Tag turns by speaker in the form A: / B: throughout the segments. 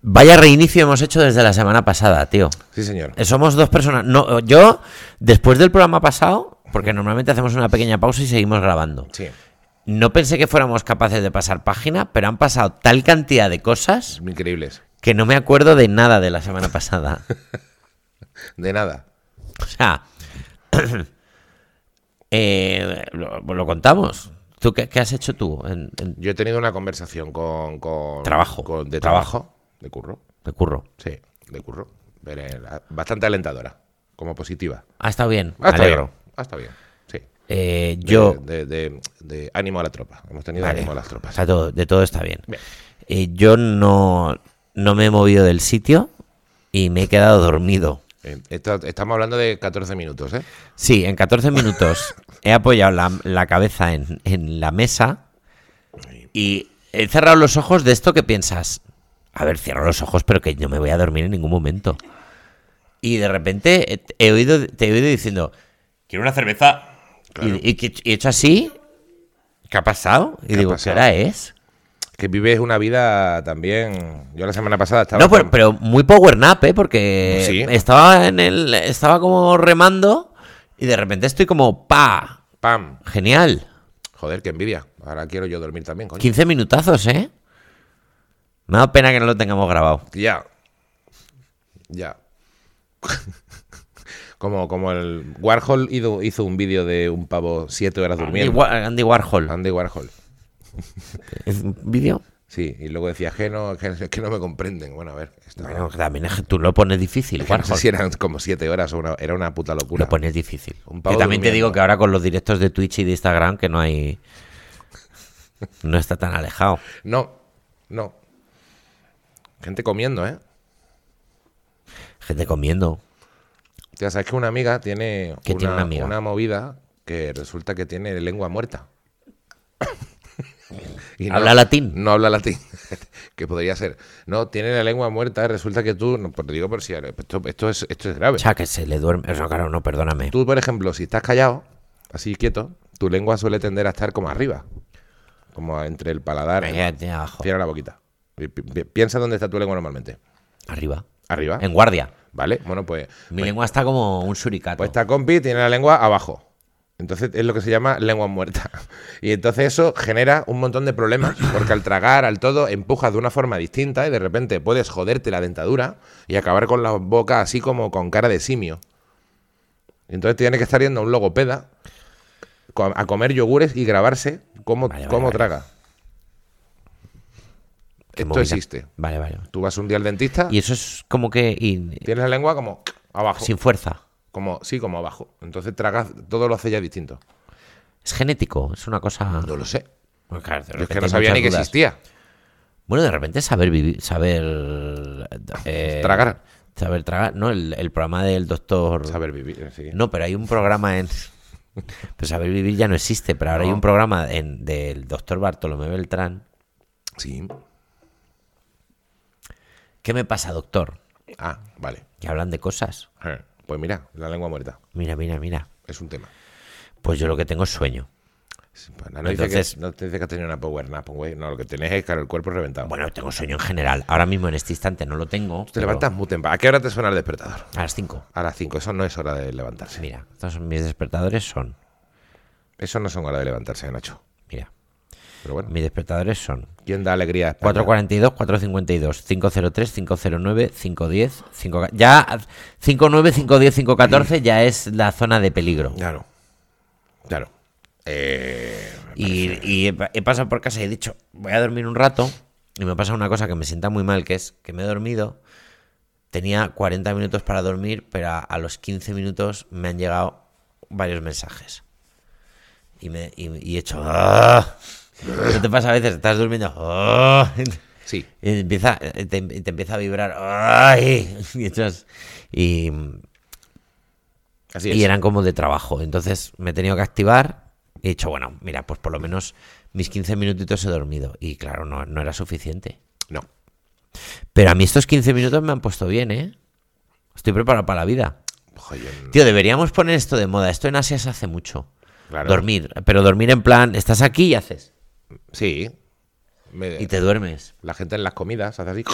A: Vaya reinicio hemos hecho desde la semana pasada, tío.
B: Sí, señor.
A: Eh, Somos dos personas. No, yo, después del programa pasado, porque normalmente hacemos una pequeña pausa y seguimos grabando.
B: Sí.
A: No pensé que fuéramos capaces de pasar página, pero han pasado tal cantidad de cosas
B: Increíbles.
A: que no me acuerdo de nada de la semana pasada.
B: De nada.
A: O sea, eh, lo, lo contamos. ¿Tú qué, qué has hecho tú en, en-
B: Yo he tenido una conversación con. con-
A: Trabajo.
B: con- de
A: Trabajo.
B: trabajo. De curro.
A: de curro?
B: Sí, de curro. Pero, eh, la- Bastante alentadora. Como positiva.
A: Ha estado bien. me
B: Ah, está
A: alegro.
B: bien. Ah, está bien. Sí.
A: Eh,
B: De-
A: yo,
B: De, de- de ánimo a la tropa. Hemos tenido
A: Vale.
B: ánimo a las
A: O
B: tropas.
A: sea, todo- de todo está bien.
B: Bien.
A: Eh, yo no, no me he movido del sitio y me he quedado dormido.
B: Eh, esto- estamos hablando de 14 minutos, ¿eh?
A: Sí, en 14 minutos he apoyado la, la cabeza en, en la mesa y he cerrado los ojos de esto que piensas. A ver, cierro los ojos, pero que no me voy a dormir en ningún momento. Y de repente eh, he oído, te he oído diciendo, quiero una cerveza. Y- Y, que- y he hecho así. ¿Qué ha pasado? Y
B: ¿Qué ha
A: digo,
B: pasado?
A: ¿qué hora es?
B: Que vives una vida también. Yo la semana pasada estaba.
A: No, pero,
B: con-
A: pero muy power nap, ¿eh? Porque
B: Sí.
A: estaba en el. Estaba como remando y de repente estoy como pa.
B: ¡Pam!
A: Genial.
B: Joder, qué envidia. Ahora quiero yo dormir también, coño.
A: 15 minutazos, ¿eh? Me da pena que no lo tengamos grabado.
B: Ya. Ya. como, como el Warhol hizo, hizo un vídeo de un pavo siete horas
A: Andy,
B: durmiendo.
A: Wa- Andy Ah, Warhol.
B: Andy Warhol.
A: ¿Es un ¿Vídeo?
B: Sí, y luego decía, que no, que, que no me comprenden. Bueno, a ver, esto,
A: Bueno, también es que tú lo pones difícil,
B: que no
A: Warhol.
B: sé si eran como siete horas o una, era una puta locura.
A: Lo pones difícil.
B: Un
A: Que
B: pavo
A: también te
B: durmiendo.
A: digo que ahora con los directos de Twitch y de Instagram que no hay. No está tan alejado.
B: No, no. Gente comiendo, ¿eh?
A: Gente comiendo.
B: Ya sabes que una amiga tiene,
A: ¿Qué tiene una amiga?
B: movida que resulta que tiene lengua muerta. Y
A: ¿Habla latín?
B: No habla latín, que podría ser. No, tiene la lengua muerta, resulta que tú, no, pues te digo por si esto, esto es, esto es grave.
A: O sea, que se le duerme. No, claro, no, perdóname.
B: Tú, por ejemplo, si estás callado, así quieto, tu lengua suele tender a estar como arriba, como entre el paladar.
A: Venga, tiene abajo.
B: Cierra la boquita. Pi- pi- Piensa dónde está tu lengua normalmente.
A: Arriba.
B: Arriba.
A: En guardia.
B: ¿Vale? Bueno, pues
A: Mi lengua está como un suricato.
B: Pues esta compi tiene la lengua abajo. Entonces es lo que se llama lengua muerta. Y entonces eso genera un montón de problemas, porque al tragar, al todo, empujas de una forma distinta y de repente puedes joderte la dentadura y acabar con la boca así como con cara de simio. Y entonces tiene que estar yendo a un logopeda co- a comer yogures y grabarse cómo,
A: Vale, vale,
B: cómo
A: vale.
B: traga.
A: Qué
B: esto
A: movida.
B: existe.
A: Vale, vale.
B: Tú vas un día al dentista
A: Y
B: y
A: eso es como que. y-
B: tienes la lengua como abajo.
A: sin fuerza.
B: Como, sí, como abajo. Entonces tragas, todo lo hace ya distinto.
A: Es genético. Es una cosa.
B: No lo sé.
A: Bueno, claro, de
B: Yo es que
A: repente
B: no
A: hay
B: sabía
A: muchas
B: ni que
A: dudas.
B: existía.
A: Bueno, de repente saber vivir. Saber. eh,
B: Tragar.
A: Saber tragar. No, el, el programa del doctor.
B: Saber vivir. sí.
A: No, pero hay un programa en. Pues saber vivir ya no existe, pero ahora
B: No.
A: hay un programa en- del doctor Bartolomé Beltrán.
B: Sí.
A: ¿Qué me pasa, doctor?
B: Ah, vale.
A: Que hablan de cosas.
B: Eh, Pues mira, la lengua muerta
A: Mira, mira, mira.
B: es un tema.
A: Pues yo lo que tengo es sueño.
B: Sí, pues, No, dice
A: Entonces-
B: que, no te dice que has tenido una power nap, pues, güey. No, lo que tenés es, claro, el cuerpo reventado.
A: Bueno, tengo sueño en general. Ahora mismo en este instante no lo tengo.
B: te
A: pero
B: levantas muy temprano. ¿A qué hora te suena el despertador?
A: A las 5.
B: A las 5. Eso no es hora de levantarse.
A: Mira, estos son mis despertadores son.
B: Eso no son hora de levantarse, Nacho.
A: Mira,
B: Pero bueno,
A: mis despertadores son
B: ¿quién da alegría? a España?
A: 442, 452, 503, 509, 510, 5. Ya 59, 510, 514 ya es la zona de peligro.
B: Claro. Claro. Eh,
A: Y, y he, pa- he pasado por casa y he dicho, voy a dormir un rato. Y me pasa una cosa que me sienta muy mal, que es que me he dormido. Tenía 40 minutos para dormir, pero a, a los 15 minutos me han llegado varios mensajes. Y, me, y, y he hecho... "Ah". ¿No te pasa a veces? Estás durmiendo... "Ah".
B: sí.
A: Y empieza, te, te empieza a vibrar... "Ay". Y, echas- y-
B: Así es.
A: y eran como de trabajo. Entonces me he tenido que activar y he dicho, bueno, mira, pues por lo menos mis 15 minutitos he dormido. Y claro, no, no era suficiente.
B: No.
A: Pero a mí estos 15 minutos me han puesto bien, ¿eh? Estoy preparado para la vida.
B: Joder,
A: Tío, deberíamos poner esto de moda. Esto en Asia se hace mucho.
B: Claro.
A: Dormir. Pero dormir en plan, estás aquí y haces.
B: Sí. Me-
A: Y te duermes.
B: La gente en las comidas hace así. Eh,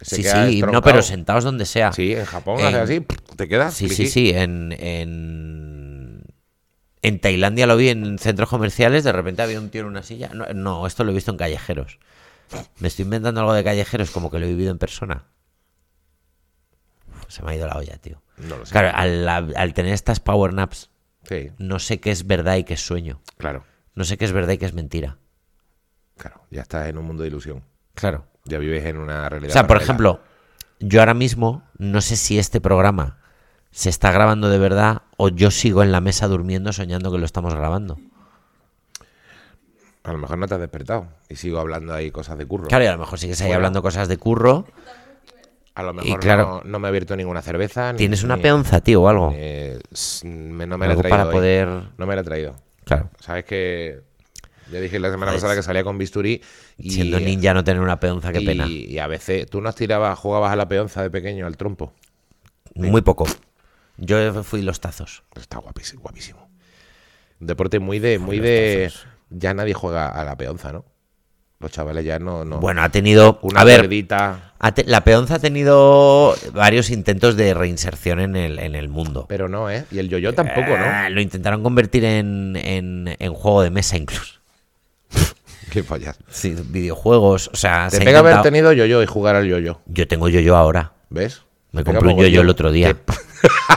B: Se
A: sí,
B: queda
A: sí, no,
B: estroncado.
A: pero sentados donde sea.
B: Sí, en Japón,
A: En-
B: haces así, te quedas.
A: Sí, sí,
B: friki.
A: sí. En, en, en Tailandia lo vi en centros comerciales. De repente había un tío en una silla. No, no, esto lo he visto en callejeros. Me estoy inventando algo de callejeros como que lo he vivido en persona. Se me ha ido la olla, tío.
B: No lo sé.
A: Claro, al, al tener estas power naps,
B: Sí,
A: no sé qué es verdad y qué es sueño.
B: claro,
A: No sé qué es verdad y qué es mentira.
B: claro. Ya estás en un mundo de ilusión.
A: Claro.
B: Ya vives en una
A: O
B: realidad.
A: sea, por
B: paralela.
A: ejemplo, yo ahora mismo no sé si este programa se está grabando de verdad o yo sigo en la mesa durmiendo soñando que lo estamos grabando.
B: A lo mejor no te has despertado y sigo hablando ahí cosas de curro.
A: Claro, y a lo mejor sigues ahí
B: Bueno.
A: hablando cosas de curro.
B: A lo mejor
A: claro.
B: no, no me he abierto ninguna cerveza. ni-
A: Tienes una
B: ni-
A: peonza, tío, o algo.
B: eh, s- me- no me la he
A: Algo
B: traído.
A: para
B: hoy.
A: poder.
B: No me la he traído.
A: Claro.
B: Sabes que ya dije la semana
A: Joder,
B: pasada que salía con bisturí y, eh,
A: Siendo ninja no tener una peonza, qué
B: y-
A: pena.
B: y a veces tú nos tirabas, jugabas a la peonza de pequeño, al trompo.
A: Muy poco. Yo fui los tazos.
B: Pero está guapísimo, guapísimo. Un deporte muy de, muy de. Ya nadie juega a la peonza, ¿no? Los chavales ya no. no.
A: Bueno, ha tenido.
B: una
A: a ver,
B: cuerdita,
A: ha te- la peonza ha tenido varios intentos de reinserción en el, en el mundo.
B: Pero no, ¿eh? Y el yo-yo tampoco, ¿no?
A: Ah, lo intentaron convertir en, en- en juego de mesa incluso.
B: Qué follas.
A: Sí, videojuegos, o sea,
B: Te
A: se ha
B: pega haber
A: intentado-
B: tenido yo-yo y jugar al yo-yo.
A: Yo tengo yo-yo ahora.
B: ¿Ves?
A: Me
B: Te pega
A: compré un yo-yo
B: mogollón.
A: el otro día.
B: Te-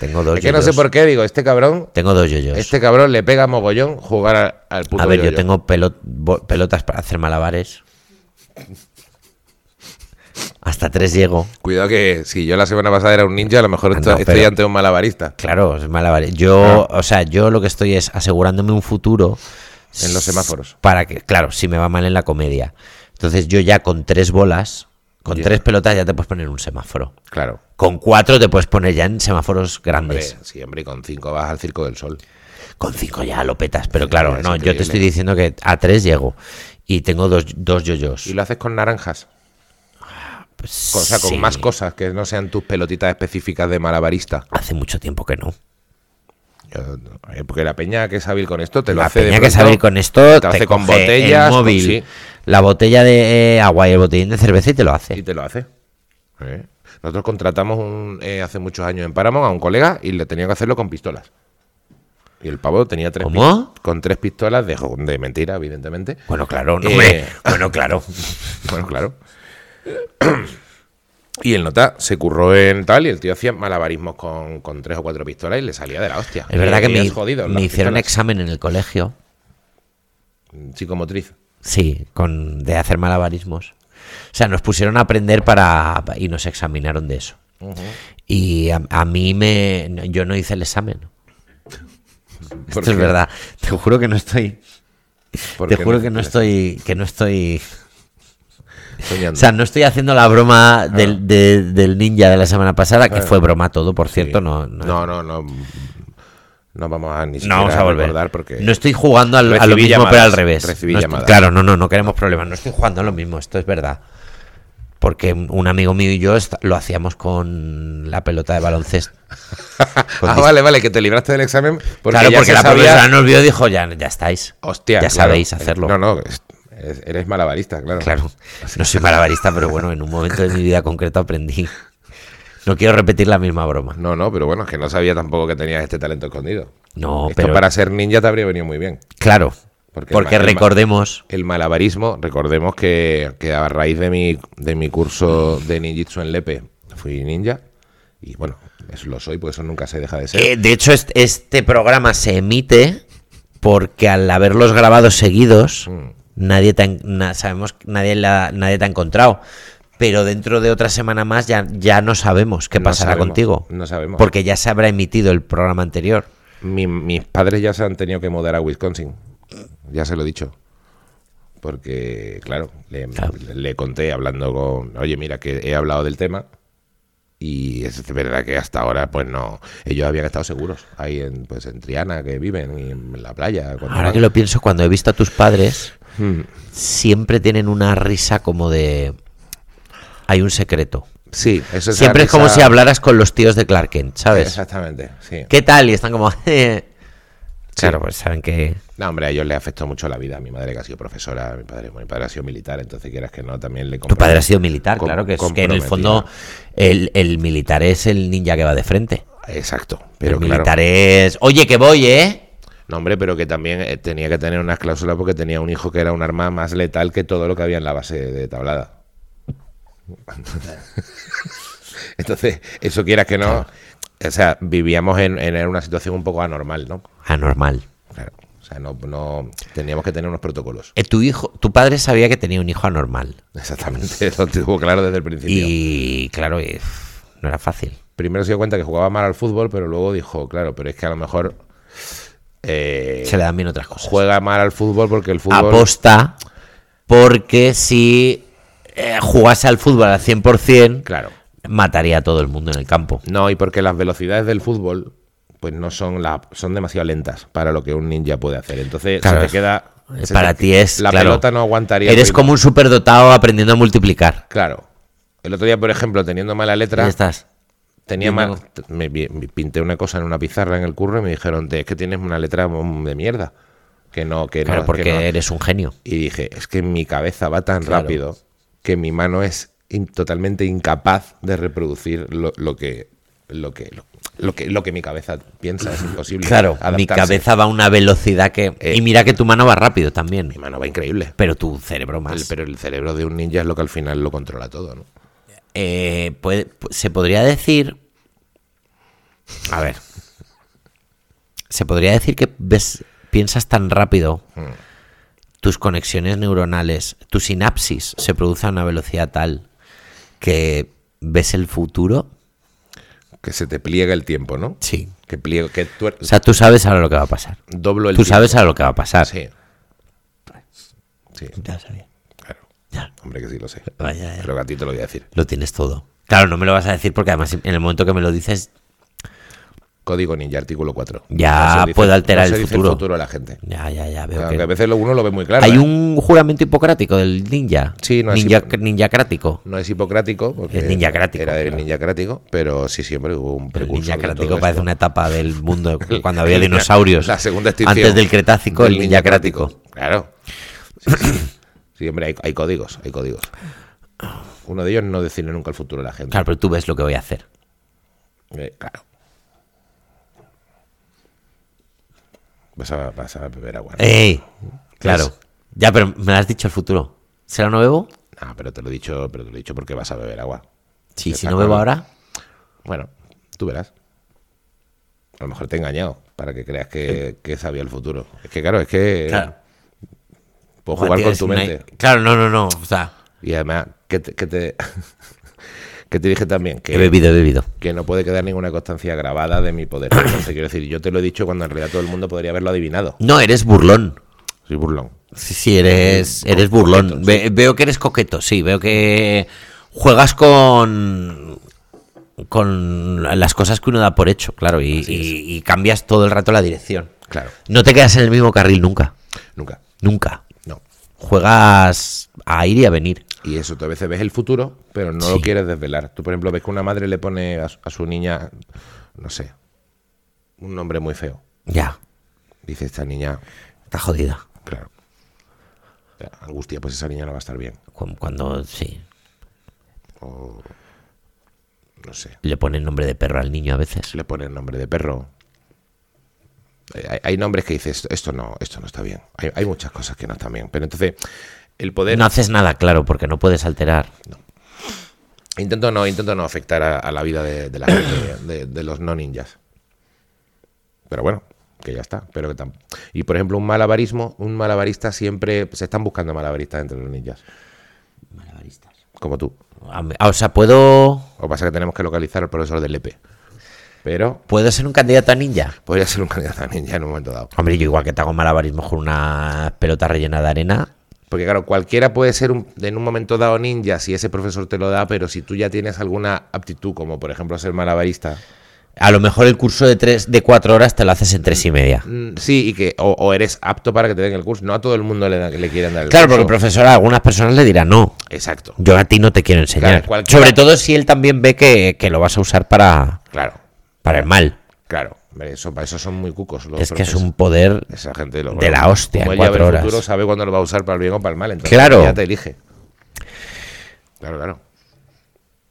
A: Tengo dos
B: Es que no sé
A: yo-yos.
B: por qué, digo, este cabrón,
A: Tengo dos yoyos.
B: este cabrón le pega mogollón jugar al, al puto
A: a ver, yo
B: yo-yo.
A: tengo pelot- bo- pelotas para hacer malabares. Hasta tres llego.
B: Cuidado que si yo la semana pasada era un ninja, a lo mejor
A: Ah,
B: esto-
A: no,
B: estoy
A: pero-
B: ante un malabarista.
A: Claro, es malabares. Yo,
B: Ah.
A: o sea, yo lo que estoy es asegurándome un futuro.
B: En los semáforos.
A: Para que, claro, si me va mal en la comedia. Entonces yo ya con tres bolas, con
B: Ya.
A: tres pelotas ya te puedes poner en un semáforo.
B: Claro.
A: Con cuatro te puedes poner ya en semáforos
B: Hombre,
A: grandes.
B: sí, hombre, y con cinco vas al Circo del Sol.
A: Con cinco ya lo petas. Pero claro,
B: es
A: no, yo
B: increíble.
A: te estoy diciendo que a tres llego. Y tengo dos, dos yoyos.
B: Y lo haces con naranjas. O sea, con
A: Sí.
B: más cosas que no sean tus pelotitas específicas de malabarista.
A: Hace mucho tiempo que no.
B: Yo- eh, Porque la peña que es hábil con esto te lo
A: la
B: hace de
A: peña que
B: pronto,
A: salir con esto,
B: te
A: te,
B: hace con
A: coge
B: botellas,
A: el
B: con-
A: móvil,
B: sí.
A: la botella de eh, agua y el botellín de cerveza y te lo
B: y
A: hace.
B: te lo hace. Eh. Nosotros contratamos un, eh, hace muchos años en Paramount a un colega y le tenía que hacerlo con pistolas. Y el pavo tenía tres
A: ¿Cómo?
B: pis- con tres pistolas de, jo- de mentira, evidentemente.
A: Bueno, claro, no
B: Eh,
A: me- bueno, claro.
B: Bueno, claro. Y el nota se curró en tal y el tío hacía malabarismos con, con tres o cuatro pistolas y le salía de la hostia.
A: Es verdad
B: Y-
A: que
B: Eh, y
A: me,
B: jodido
A: me
B: las
A: hicieron
B: pistolas.
A: examen en el colegio,
B: Psicomotriz.
A: sí, con de hacer malabarismos. O sea, nos pusieron a aprender para y nos examinaron de eso. Y a, a mí me no, yo no hice el examen. Esto
B: ¿Por
A: es
B: qué?
A: verdad. Te juro que no estoy
B: ¿Por
A: te
B: qué
A: juro que no
B: tienes-
A: estoy que no estoy O
B: soñando?
A: sea, no estoy haciendo la broma del, de- del ninja de la semana pasada, que fue broma todo, por
B: Sí.
A: cierto, no, no,
B: no, no, no. No vamos a ni
A: no
B: siquiera
A: vamos a volver.
B: recordar porque
A: No estoy jugando al- a lo
B: Recibí
A: mismo,
B: llamadas,
A: pero al revés.
B: recibí
A: No estoy-
B: llamadas.
A: claro, no, no, no queremos problemas, no estoy jugando a lo mismo, esto es verdad. Porque un amigo mío y yo est- lo hacíamos con la pelota de baloncesto.
B: ah, vale, vale, que te libraste del examen. Porque
A: claro,
B: ya
A: porque
B: se
A: la
B: sabía-
A: profesora nos vio y dijo, ya, ya estáis.
B: Hostia,
A: ya
B: claro.
A: sabéis hacerlo.
B: No, no, es- es- eres malabarista, claro.
A: Claro, no soy malabarista, pero bueno, en un momento de mi vida concreto aprendí. No quiero repetir la misma broma.
B: No, no, pero bueno, es que no sabía tampoco que tenías este talento escondido.
A: No,
B: Esto
A: pero
B: para ser ninja te habría venido muy bien.
A: Claro,
B: Porque
A: porque,
B: el ma- el ma-
A: recordemos,
B: El malabarismo, recordemos que, que a raíz de mi, de mi curso de ninjitsu en Lepe fui ninja. Y bueno, eso lo soy, porque eso nunca se deja de ser.
A: eh, de hecho est- este programa se emite porque al haberlos grabado seguidos,
B: Mm.
A: nadie te ha, en- na- sabemos que nadie, la- nadie te ha encontrado. Pero dentro de otra semana más ya, ya no sabemos qué
B: No
A: pasará
B: sabemos,
A: contigo.
B: no sabemos.
A: Porque ya se habrá emitido el programa anterior.
B: Mi- mis padres ya se han tenido que mudar a Wisconsin. Ya se lo he dicho. Porque, claro, le,
A: Claro.
B: le conté hablando con. Oye, mira, que he hablado del tema. Y es verdad que hasta ahora, pues no. Ellos habían estado seguros. Ahí en, pues, en Triana, que viven, y en la playa. cuando
A: Ahora
B: van.
A: que lo pienso, cuando he visto a tus padres,
B: Hmm.
A: siempre tienen una risa como de... Hay un secreto.
B: Sí, eso es.
A: Siempre
B: la
A: es como
B: risa-
A: si hablaras con los tíos de Clark Kent, ¿sabes?
B: Exactamente, sí.
A: ¿Qué tal? Y están como... Claro, pues saben que.
B: No, hombre, a ellos les afectó mucho la vida. Mi madre que ha sido profesora, mi padre, bueno, mi padre ha sido militar, entonces quieras que no, también le
A: Tu padre ha
B: compromet-
A: sido militar,
B: com-
A: claro, que es que en el
B: comprometía.
A: fondo el, el militar es el ninja que va de frente.
B: Exacto,
A: Pero
B: pero
A: el
B: claro.
A: militar es. Oye, que voy, ¿eh?
B: No, hombre, pero que también eh, tenía que tener unas cláusulas porque tenía un hijo que era un arma más letal que todo lo que había en la base de tablada. Entonces, eso quieras que no. O sea, vivíamos en, en una situación un poco anormal, ¿no?
A: Anormal.
B: Claro. O sea, no, no teníamos que tener unos protocolos.
A: Eh, Tu hijo, tu padre sabía que tenía un hijo anormal.
B: Exactamente, eso estuvo claro desde el principio.
A: Y claro, y, pff, no era fácil.
B: Primero se dio cuenta que jugaba mal al fútbol, pero luego dijo, claro, pero es que a lo mejor eh,
A: Se le dan bien otras cosas.
B: juega mal al fútbol porque el fútbol.
A: Aposta porque si eh, jugase al fútbol al 100%,
B: Claro.
A: mataría a todo el mundo en el campo.
B: No, y porque las velocidades del fútbol pues no son la, son demasiado lentas para lo que un ninja puede hacer. Entonces
A: Claro,
B: se te queda
A: Eh,
B: se
A: Para
B: te-
A: ti es.
B: la
A: claro,
B: pelota no aguantaría. el
A: Eres
B: ritmo.
A: como un superdotado aprendiendo a multiplicar.
B: claro. El otro día, por ejemplo, teniendo mala
A: Ahí
B: letra,
A: estás.
B: tenía
A: viendo-
B: mal, t- me, vi- me pinté una cosa en una pizarra en el curro y me dijeron, "Te- es que tienes una letra mm, de mierda. Que no, que
A: Claro,
B: no. que
A: porque
B: no".
A: eres un genio.
B: Y dije, es que mi cabeza va tan
A: Claro.
B: rápido que mi mano es in- totalmente incapaz de reproducir lo, lo que. Lo que, lo, lo que, lo que mi cabeza piensa es imposible.
A: Claro, mi
B: adaptarse.
A: cabeza va a una velocidad que.
B: Eh,
A: y mira que tu mano va rápido también.
B: Mi mano va increíble.
A: Pero tu cerebro más.
B: El- pero el cerebro de un ninja es lo que al final lo controla todo, ¿no?
A: Eh, puede- se podría decir. A ver. Se podría decir que ves, piensas tan rápido.
B: Hmm.
A: Tus conexiones neuronales, tu sinapsis se produce a una velocidad tal que ves el futuro.
B: Que se te pliega el tiempo, ¿no?
A: Sí.
B: Que pliega, que tuer-
A: O sea, tú sabes ahora lo que va a pasar.
B: doblo el
A: Tú
B: tiempo.
A: sabes ahora lo que va a pasar.
B: Sí. Sí,
A: Ya lo sabía.
B: claro.
A: Ya.
B: Hombre, que sí lo sé.
A: Vaya, ya.
B: Pero que a ti te lo voy a decir.
A: Lo tienes todo. Claro, no me lo vas a decir porque además en el momento que me lo dices,
B: Código ninja, artículo 4.
A: Ya
B: se dice-
A: puede alterar
B: no se
A: el
B: dice
A: futuro.
B: a la gente.
A: ya, ya, ya veo
B: Aunque
A: que-
B: a veces lo- uno lo ve muy claro.
A: Hay
B: ¿eh?
A: un juramento hipocrático del ninja.
B: Sí, no es
A: ninja,
B: hipo-
A: ninjacrático.
B: No es hipocrático. Porque
A: Es ninjacrático,
B: Era del
A: claro.
B: ninjacrático, pero sí siempre hubo un
A: El
B: precursor. de todo
A: ninjacrático
B: esto.
A: parece una etapa del mundo cuando había
B: El-
A: dinosaurios.
B: La segunda extinción.
A: Antes del Cretácico,
B: del
A: el ninjacrático.
B: Claro. Sí, sí. Sí, hombre, hay, hay códigos, hay códigos. Uno de ellos no decirle nunca el futuro a la gente.
A: Claro, pero tú ves lo que voy a hacer.
B: Eh, claro. Vas a, vas a beber agua. ¿no?
A: ¡Ey! Claro.
B: Pues-
A: Ya, pero me lo has dicho el futuro. ¿Será no bebo?
B: Ah, pero te lo he dicho, pero te lo he dicho porque vas a beber agua.
A: Sí,
B: Está
A: si no bebo
B: claro.
A: ahora.
B: Bueno, tú verás. A lo mejor te he engañado para que creas que, que sabía el futuro. Es que claro, es que
A: Claro.
B: puedo Eh, jugar
A: Tío,
B: con
A: es
B: tu
A: una-
B: mente.
A: Claro, no, no, no. O sea,
B: Y además, que te, que te, que te dije también
A: he
B: que,
A: bebido, he bebido.
B: que no puede quedar ninguna constancia grabada de mi poder. Entonces, quiero decir, yo te lo he dicho cuando en realidad todo el mundo podría haberlo adivinado.
A: No, eres burlón.
B: Soy burlón.
A: Sí, sí, eres, eres burlón. Ve- veo que eres coqueto, sí. Veo que juegas con con las cosas que uno da por hecho, claro, y, y- y cambias todo el rato la dirección.
B: Claro,
A: No te quedas en el mismo carril nunca,
B: nunca.
A: nunca.
B: No.
A: Juegas a ir y a venir.
B: Y eso, tú a veces ves el futuro, pero no
A: Sí.
B: lo quieres desvelar. Tú, por ejemplo, ves que una madre le pone a su, a su niña, no sé, un nombre muy feo.
A: Ya,
B: Dice esta niña,
A: está jodida.
B: Claro. Eh, Angustia, pues esa niña no va a estar bien.
A: Cu- Cuando, sí,
B: O. No sé.
A: le ponen nombre de perro al niño a veces.
B: Le ponen nombre de perro. Eh, Hay, hay nombres que dices, esto no, esto no está bien. Hay, hay muchas cosas que no están bien. Pero entonces, el poder.
A: No haces nada, claro, porque no puedes alterar.
B: Intento no, intento no afectar a, a la vida de, de la gente, de, de los no ninjas. Pero bueno, que ya está. Pero que tam- y por ejemplo, un malabarismo, un malabarista siempre. Se están buscando malabaristas entre los ninjas. Como tú.
A: Ah, O sea, puedo,
B: O pasa que tenemos que localizar al profesor del EP. Pero
A: puedo ser un candidato a ninja.
B: podría ser un candidato a ninja en un momento dado.
A: Hombre, yo igual que te hago malabarismo con una pelota rellena de arena.
B: Porque claro, cualquiera puede ser un- en un momento dado ninja si ese profesor te lo da, pero si tú ya tienes alguna aptitud, como por ejemplo ser malabarista,
A: A lo mejor el curso de tres, de cuatro horas te lo haces en tres y media.
B: mm, sí, y que o, o eres apto para que te den el curso. No a todo el mundo le, da- le quieren dar el
A: Claro, porque
B: curso.
A: el profesor a algunas personas le dirá no.
B: Exacto,
A: Yo a ti no te quiero enseñar.
B: Claro, cualquiera.
A: Sobre todo si él también ve que, que lo vas a usar para,
B: claro,
A: para el mal.
B: claro. Hombre, eso, para eso son muy cucos. Los
A: Es que es
B: profes.
A: un poder.
B: Esa gente lo-
A: de la hostia,
B: Como
A: en
B: ella ve
A: cuatro
B: el
A: horas.
B: futuro, sabe cuándo lo va a usar para el bien o para el mal. Entonces
A: Claro.
B: ya te elige. Claro, claro.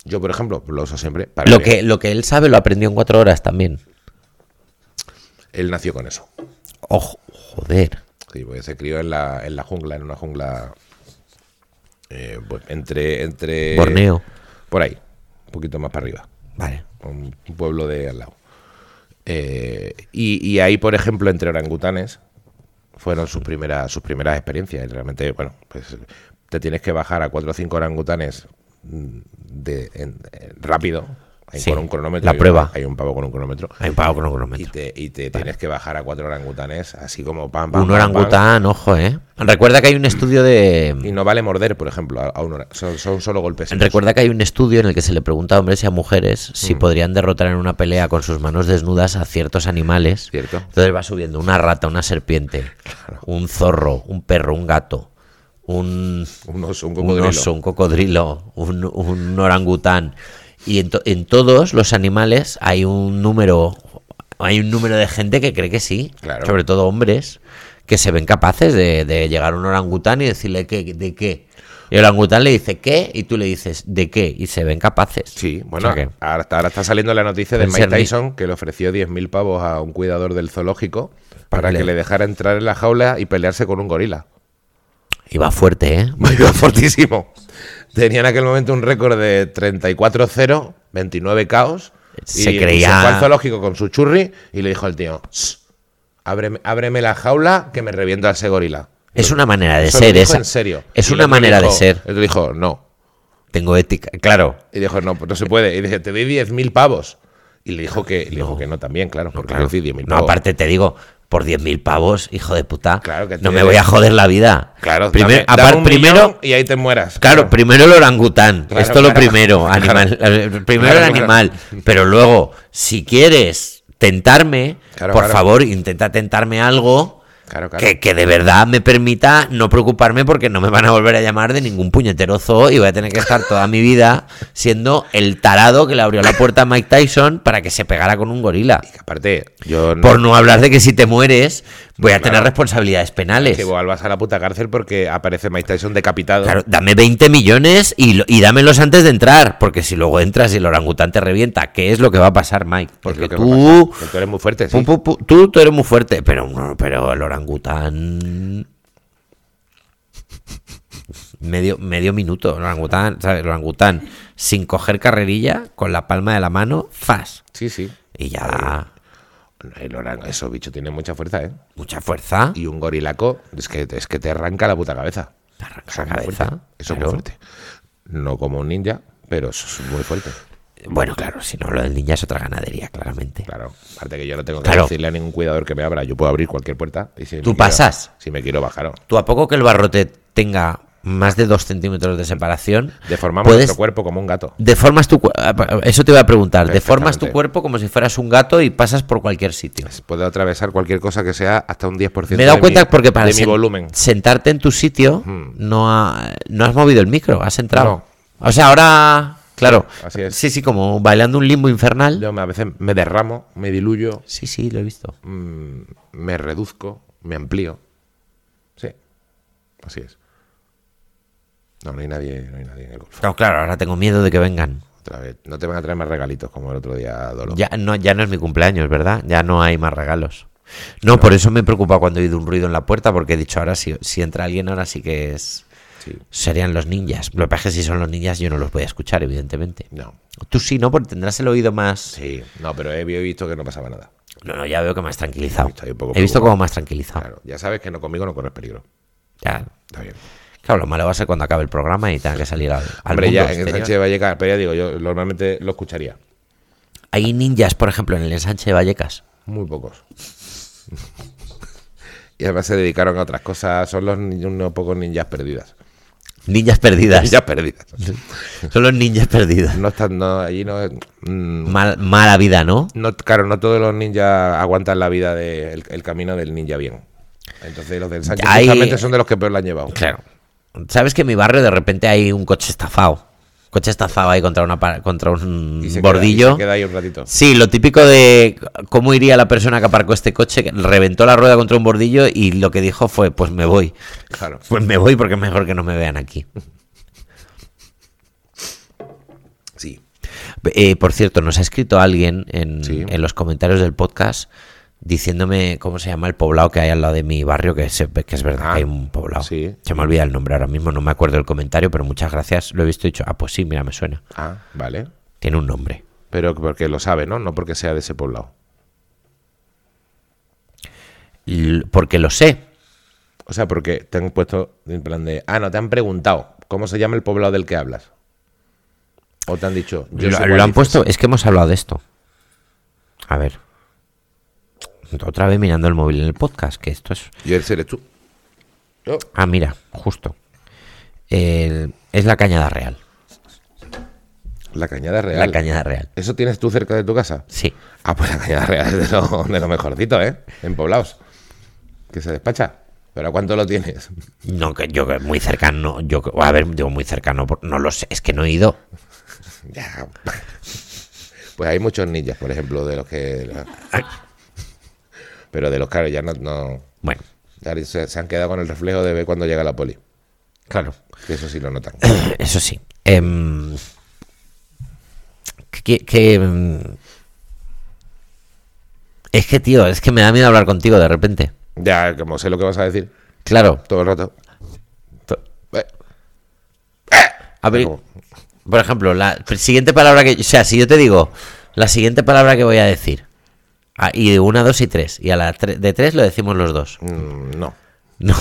B: Yo, por ejemplo, lo uso siempre para el
A: Lo
B: bien.
A: que, lo que él sabe lo aprendió en cuatro horas también.
B: Él nació con eso.
A: Ojo, joder.
B: Sí, porque se crió en la, en la jungla, en una jungla. eh, pues, entre, entre.
A: Borneo.
B: Por ahí. Un poquito más para arriba.
A: Vale.
B: un un pueblo de al lado. Eh, y, y ahí, por ejemplo, entre orangutanes, fueron sus primeras, sus primeras experiencias. Y realmente, bueno, pues te tienes que bajar a cuatro o cinco orangutanes mm, de, en- eh, rápido, ahí
A: Sí,
B: con un cronómetro.
A: la
B: hay un-
A: prueba.
B: hay un pavo con un cronómetro.
A: Hay un pavo con un
B: Y
A: cronómetro.
B: te, y te tienes que bajar a cuatro orangutanes, así como pam, pam,
A: Un
B: pam, pam.
A: orangután, ojo, ¿eh? Recuerda que hay un estudio
B: Y
A: de.
B: no vale morder, por ejemplo, a, a un orang- son, son solo golpes.
A: Recuerda que hay un estudio en el que se le pregunta a hombres y a mujeres si podrían derrotar en una pelea con sus manos desnudas a ciertos animales.
B: Cierto.
A: Entonces va subiendo una rata, una serpiente, un zorro, un perro, un gato, un,
B: Un oso, un
A: un
B: cocodrilo.
A: oso, un cocodrilo, un, un orangután. Y en, to- en todos los animales hay un número hay un número de gente que cree que sí,
B: Claro.
A: sobre todo hombres, que se ven capaces de, de llegar a un orangután y decirle que, de qué. Y el orangután le dice qué y tú le dices de qué y se ven capaces.
B: Sí, bueno,
A: O sea que-
B: ahora, está- ahora está saliendo la noticia de
A: Pueden
B: Mike
A: ser ni-
B: Tyson que le ofreció 10.000 pavos a un cuidador del zoológico
A: Para
B: para
A: que
B: que
A: le-
B: le dejara entrar en la jaula y pelearse con un gorila.
A: y va fuerte, ¿eh?
B: Iba fortísimo. Tenía en aquel momento un récord de 34-0, 29 caos.
A: Se
B: y
A: creía-
B: Se fue al zoológico con su churri y le dijo al tío, "Shh, ábreme, ábreme la jaula que me reviento a ese gorila.
A: Es una manera de
B: Eso lo
A: ser
B: dijo
A: esa.
B: en serio.
A: Es
B: Y el
A: una
B: otro
A: manera de
B: dijo-
A: ser.
B: El otro dijo, no,
A: Tengo ética, claro.
B: Y dijo, no, pues no se puede. Y dije, te doy 10.000 pavos. Y le dijo que, le dijo que no también, claro, porque
A: Claro.
B: le di 10.000
A: No,
B: pavos.
A: aparte te digo, por 10.000 pavos, hijo de puta,
B: Claro que
A: no
B: te-
A: me voy a joder la vida.
B: claro,
A: Primer-
B: dame- dame
A: apar-
B: un
A: primero,
B: millón y ahí te mueras.
A: claro, primero el orangután,
B: Claro,
A: esto lo
B: claro.
A: primero, animal, eh, primero
B: Claro,
A: el
B: claro.
A: animal, pero luego, si quieres tentarme,
B: Claro,
A: por
B: claro.
A: favor, intenta tentarme algo
B: Claro, claro.
A: que, que de verdad me permita no preocuparme porque no me van a volver a llamar de ningún puñetero zoo y voy a tener que estar toda mi vida siendo el tarado que le abrió la puerta a Mike Tyson para que se pegara con un gorila.
B: Y que aparte, yo no.
A: Por no hablar de que si te mueres, voy a
B: Claro.
A: tener responsabilidades penales.
B: Que igual vas a la puta cárcel porque aparece Mike Tyson decapitado.
A: Claro, dame 20 millones y, lo- y dámelos antes de entrar, porque si luego entras y el orangután te revienta, ¿qué es lo que va a pasar, Mike?
B: Es
A: Porque
B: Pues lo que va a
A: tú,
B: pasar. Que tú eres muy fuerte, sí.
A: pu- pu- pu- tú, tú eres muy fuerte, pero, no, pero el orangután... Medio, medio minuto, el orangután, ¿sabes? El orangután, sin coger carrerilla, con la palma de la mano, fas.
B: Sí, sí.
A: Y ya,
B: El orang- esos bichos tienen mucha fuerza, ¿eh?
A: mucha fuerza.
B: Y un gorilaco es que, es que te arranca la puta cabeza.
A: te arrancas
B: Eso
A: la
B: es muy
A: cabeza.
B: fuerte. Eso es
A: claro.
B: muy fuerte. No como un ninja, pero eso es muy fuerte.
A: Bueno, claro, si no, lo del ninja es otra ganadería, claramente.
B: Claro, aparte que yo no tengo que
A: Claro.
B: decirle a ningún cuidador que me abra, yo puedo abrir cualquier puerta. Y si me
A: Tú
B: quiero-
A: pasas.
B: si me quiero bajar. ¿no?
A: Tú a poco que el barrote tenga más de dos centímetros de separación,
B: Deformamos
A: Puedes-
B: nuestro cuerpo como un gato.
A: deformas tu cuerpo. Eso te iba a preguntar. Deformas tu
B: Perfectamente.
A: cuerpo como si fueras un gato y pasas por cualquier sitio.
B: Puedo atravesar cualquier cosa que sea hasta un 10%
A: Me he dado
B: de
A: cuenta
B: mi-
A: porque para
B: de mi
A: sen-
B: volumen. Hmm.
A: sentarte en tu sitio no, ha- no has movido el micro, has entrado. O sea, ahora, claro.
B: Así es.
A: Sí, sí, como bailando un limbo infernal.
B: Yo me- a veces me derramo, me diluyo,
A: Sí, sí, lo he visto.
B: mm, me reduzco, me amplío. Sí, así es. No, no hay nadie, no hay nadie en el golf.
A: Claro, claro, ahora tengo miedo de que vengan.
B: Otra vez, no te van a traer más regalitos como el otro día, Dolo.
A: Ya no, ya no es mi cumpleaños, ¿verdad? Ya no hay más regalos. No, por eso me preocupa cuando he oído un ruido en la puerta, porque he dicho, ahora si, si entra alguien, ahora sí que es
B: Sí.
A: serían los ninjas. Lo que pasa es que si son los ninjas yo no los voy a escuchar, evidentemente.
B: No,
A: Tú sí, ¿no? Porque tendrás el oído más...
B: sí, no, pero he he visto que no pasaba nada.
A: No, no, ya veo que más tranquilizado.
B: Estoy un poco
A: He visto
B: preocupado.
A: como más tranquilizado.
B: Claro, ya sabes que no conmigo no corres peligro.
A: Ya.
B: Está bien.
A: Claro, lo malo va a ser cuando acabe el programa y tenga que salir al, al
B: Hombre,
A: mundo
B: ya en el
A: exterior.
B: Sánchez de Vallecas, pero ya digo, yo normalmente lo escucharía.
A: Hay ninjas, por ejemplo, en el ensanche de Vallecas.
B: Muy pocos. y además se dedicaron a otras cosas. Son los ni- unos pocos ninjas perdidas.
A: Ninjas perdidas.
B: Ninjas perdidas.
A: Son los ninjas perdidos.
B: No están, no, allí no. mm,
A: Mal- mala vida, ¿no?
B: no- Claro, no todos los ninjas aguantan la vida del el camino del ninja bien. Entonces los del Sánchez
A: Hay-
B: justamente son de los que peor la han llevado.
A: Claro. Sabes que en mi barrio de repente hay un coche estafado. coche estazado ahí contra, una, pa- contra un
B: Y se queda- y
A: bordillo.
B: se queda ahí un ratito.
A: Sí, lo típico de cómo iría la persona que aparcó este coche, que reventó la rueda contra un bordillo y lo que dijo fue, pues me voy.
B: Claro.
A: Pues me voy porque es mejor que no me vean aquí.
B: Sí.
A: Eh, por cierto, nos ha escrito alguien en,
B: Sí.
A: en los comentarios del podcast diciéndome cómo se llama el poblado que hay al lado de mi barrio, que, se- que es verdad
B: Ah,
A: que hay un poblado.
B: sí.
A: Se me olvida el nombre ahora mismo, no me acuerdo el comentario, pero muchas gracias. Lo he visto y he dicho, ah, pues sí, mira, me suena.
B: Ah, vale.
A: Tiene un nombre.
B: Pero porque lo sabe, ¿no? No porque sea de ese poblado.
A: L- porque lo sé.
B: O sea, porque te han puesto en plan de. Ah, no, te han preguntado cómo se llama el poblado del que hablas. O te han dicho.
A: Lo,
B: yo sé
A: lo
B: cuál
A: han
B: dices.
A: puesto, es que hemos hablado de esto. A ver. Otra vez mirando el móvil en el podcast, que esto es...
B: Y ese eres tú. Yo.
A: Ah, mira, justo. El- es la cañada real.
B: La cañada real.
A: La cañada real.
B: ¿Eso tienes tú cerca de tu casa?
A: Sí.
B: Ah, pues la cañada real es de lo, de lo mejorcito, ¿eh? En poblados. Que se despacha. ¿Pero a cuánto lo tienes?
A: No, que yo que muy cercano, yo que- a ver, digo muy cercano, por- no lo sé, es que no he ido.
B: Ya. Pues hay muchos ninjas, por ejemplo, de los que. Pero de los caros ya no. no-
A: Bueno,
B: ya se, se han quedado con el reflejo de ver cuando llega la poli.
A: claro.
B: Que eso sí lo notan.
A: Eso sí. Em, que- que, em, es que, tío, es que me da miedo hablar contigo de repente.
B: Ya, como sé lo que vas a decir
A: Claro.
B: todo el rato.
A: To-
B: Eh,
A: A ver,
B: como-
A: por ejemplo, la siguiente palabra que... O sea, si yo te digo la siguiente palabra que voy a decir, ah, y de una, dos y tres, y a la tre- de tres lo decimos los dos.
B: mm, no.
A: No.